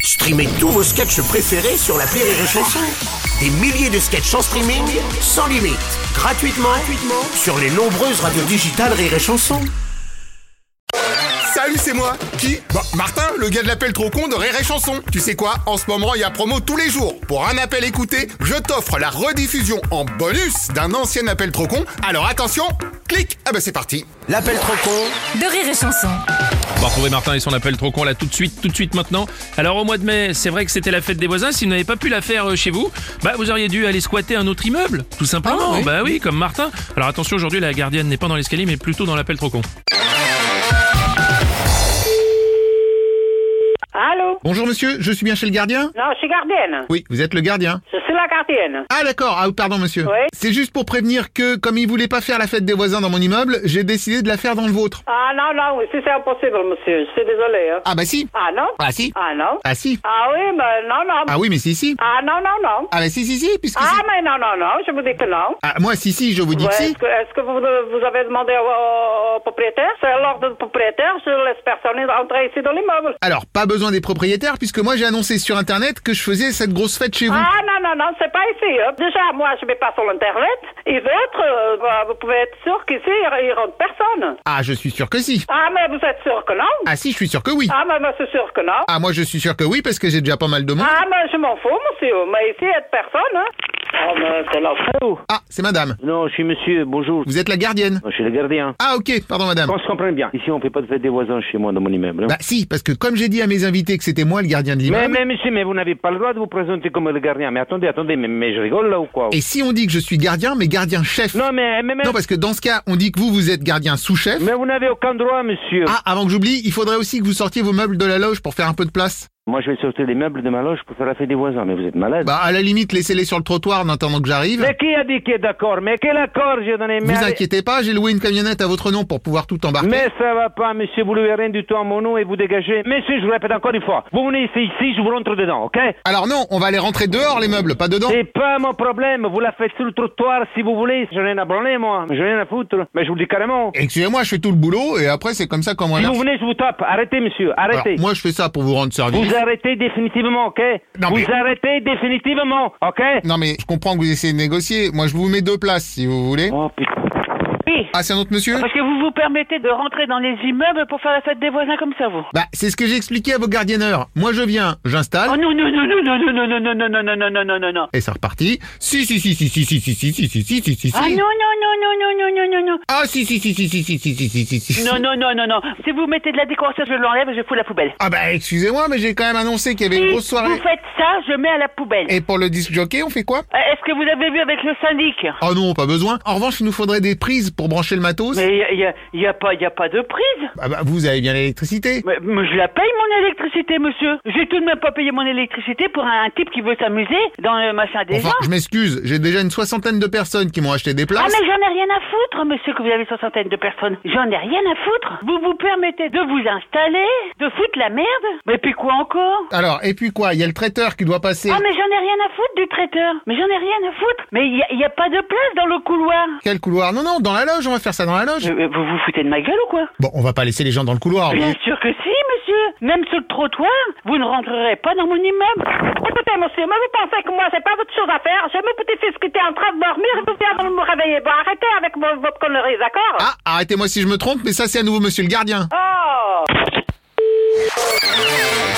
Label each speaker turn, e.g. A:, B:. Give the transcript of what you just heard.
A: Streamez tous vos sketchs préférés sur la Rire et Chanson. Des milliers de sketchs en streaming, sans limite, gratuitement, gratuitement sur les nombreuses radios digitales Rire et Chanson.
B: Salut, c'est moi. Qui Bah, Martin, le gars de l'appel trop con de Rire et Chanson. Tu sais quoi En ce moment, il y a promo tous les jours. Pour un appel écouté, je t'offre la rediffusion en bonus d'un ancien appel trop con. Alors attention, clique. Ah bah c'est parti.
A: L'appel trop con
C: de rire et chanson.
D: On va retrouver Martin et son appel trop con là tout de suite, tout de suite maintenant. Alors au mois de mai, c'est vrai que c'était la fête des voisins. Si vous n'avez pas pu la faire euh, chez vous, bah vous auriez dû aller squatter un autre immeuble, tout simplement. Bah oui, comme Martin. Alors attention, aujourd'hui la gardienne n'est pas dans l'escalier, mais plutôt dans l'appel trop con.
E: Allô
B: Bonjour monsieur, je suis bien chez le gardien
E: Non, je suis gardienne.
B: Oui, vous êtes le gardien.
E: Je suis la gardienne.
B: Ah d'accord, ah pardon monsieur.
E: Oui.
B: C'est juste pour prévenir que, comme il voulait pas faire la fête des voisins dans mon immeuble, j'ai décidé de la faire dans le vôtre.
E: Ah non, non, si c'est impossible, monsieur. Je suis désolé. Hein.
B: Ah bah si
E: Ah non
B: Ah si
E: Ah non
B: Ah si
E: Ah oui, mais non, non.
B: Ah oui mais si si
E: Ah non, non, non.
B: Ah bah si si si, puisque
E: Ah
B: c'est-
E: mais non, non, non, je vous dis que non.
B: Ah moi si si, je vous dis
E: Ouais,
B: que si.
E: Est-ce que, est-ce que vous, vous avez demandé au, au- au propriétaire C'est l'ordre du propriétaire, je laisse personne entrer ici dans l'immeuble.
B: Alors, pas besoin des propriétaires, puisque moi j'ai annoncé sur internet que je faisais cette grosse fête chez vous.
E: Ah non, non, non, c'est pas ici. hein. Déjà, moi, je vais pas sur l'Internet. Et d'autres, euh, bah, vous pouvez être sûr qu'ici, il n'y rentre personne.
B: Ah, je suis sûr que si.
E: Ah mais vous êtes sûr que non
B: Ah si, je suis sûr que oui.
E: Ah mais moi, c'est sûr que non.
B: Ah, moi je suis sûr que oui, parce que j'ai déjà pas mal de
F: Hmm?
B: monde.
E: Ah, mais je m'en fous, monsieur. Mais ici, il n'y a personne. Hein.
F: Ah, mais c'est la fou.
B: Ah, c'est madame.
F: Non, je suis monsieur, bonjour.
B: Vous êtes la gardienne.
F: Je suis le gardien.
B: Ah, ok, pardon madame.
F: Qu'on se comprenne bien. Ici, on fait pas de fête des voisins chez moi dans mon immeuble. hein.
B: Bah si, parce que comme j'ai dit à mes invités que c'était moi le gardien de
F: mais,
B: l'immeuble,
F: mais monsieur, mais vous n'avez pas le droit de vous présenter comme le gardien. Mais attendez, attendez, mais, mais je rigole là ou quoi
B: et si on dit que je suis gardien, mais gardien chef...
F: Non, mais, mais, mais,
B: Non, bah, parce que dans ce cas, on dit que vous, vous êtes gardien sous-chef.
F: mais vous n'avez aucun droit, monsieur.
B: Ah, avant que j'oublie, il faudrait aussi que vous sortiez vos meubles de la loge pour faire un peu de place.
F: Moi, je vais sortir les meubles de ma loge pour faire la fête des voisins. Mais vous êtes malade.
B: Bah, à la limite, laissez-les sur le trottoir en attendant que j'arrive.
F: Mais qui a dit qui est d'accord Mais quel accord j'ai donné mais,
B: Vous
F: allez-
B: inquiétez pas, j'ai loué une camionnette à votre nom pour pouvoir tout embarquer.
F: mais ça va pas, monsieur. Vous levez rien du tout à mon nom et vous dégagez. Monsieur, je vous répète encore une fois. Vous venez ici, ici, je vous rentre dedans, ok
B: Alors non, on va les rentrer dehors les meubles, pas dedans.
F: C'est pas mon problème, vous la faites sur le trottoir si vous voulez, j'en ai rien à branler moi, j'en ai rien à foutre, mais je vous le dis carrément.
B: Excusez-moi, je fais tout le boulot et après c'est comme ça qu'on
F: Si
B: va
F: vous venez, je vous tape, arrêtez monsieur,
B: Alors,
F: arrêtez.
B: moi je fais ça pour vous rendre service.
F: Vous arrêtez définitivement, ok
B: Non,
F: Vous
B: mais-
F: arrêtez définitivement, ok
B: Non mais je comprends que vous essayez de négocier. Moi je vous mets deux places si vous voulez.
F: Oh putain.
B: Ah c'est un autre monsieur
G: Parce que vous vous permettez de rentrer dans les immeubles pour faire la fête des voisins comme ça, vous.
B: Bah c'est ce que j'ai expliqué à vos gardienneurs. Moi je viens,
G: Oh
B: j'installe.
G: non, non, non, non, non, non, non, non, non, non, non, non, non, non, non, non.
B: Et c'est reparti. Si si si si si si si si si si si si si
G: Ah non,
B: si.
G: non, non, non, non, non, non, non, non.
B: Ah si si si si si si si si si si si.
G: Non, non, non, non, non. Si vous mettez de la décoration, je l'enlève et je fous à la poubelle.
B: Ah bah excusez-moi mais j'ai quand même annoncé qu'il y avait une
G: Si
B: grosse
G: vous
B: soirée.
G: faites ça, je mets à la poubelle.
B: Et pour le disque jockey, on fait quoi
G: Euh, Est-ce que vous avez vu avec le syndic
B: Ah non, pas besoin. En revanche, il nous faudrait des prises pour brancher le matos.
G: Mais il n'y a, y a pas, y a pas de prise.
B: Ah bah vous avez bien l'électricité.
G: Mais, mais je la paye mon électricité, monsieur. J'ai tout de même pas payé mon électricité pour un type qui veut s'amuser dans le machin des
B: Enfin,
G: gens.
B: je m'excuse, j'ai déjà une soixantaine de personnes qui m'ont acheté des
G: Ah
B: places.
G: mais j'en ai rien à foutre, monsieur, que vous avez soixantaine de personnes. J'en ai rien à foutre. Vous vous permettez de vous installer, de foutre la merde. Mais puis quoi encore
B: Alors, et puis quoi Il y a le traiteur qui doit passer.
G: Ah mais j'en ai rien à foutre du traiteur. Mais j'en ai rien à foutre. Mais il y a- il y a, pas de place dans le couloir.
B: Quel couloir Non, non, dans la loge, on va faire ça dans la loge.
G: Euh, Vous vous foutez de ma gueule ou quoi
B: Bon, on va pas laisser les gens dans le couloir.
G: Bien
B: mais-
G: sûr que si, monsieur. Même sur le trottoir, vous ne rentrerez pas dans mon immeuble.
E: Écoutez, monsieur, mais vous pensez que moi, j'ai pas votre chose à faire J'ai mon petit-fils qui était en train de dormir, il vous vient de me réveiller. Bon, arrêtez avec vos- votre connerie, d'accord
B: Ah,
F: Ah.
B: arrêtez-moi si je me trompe, mais ça c'est à nouveau monsieur le gardien.
E: Oh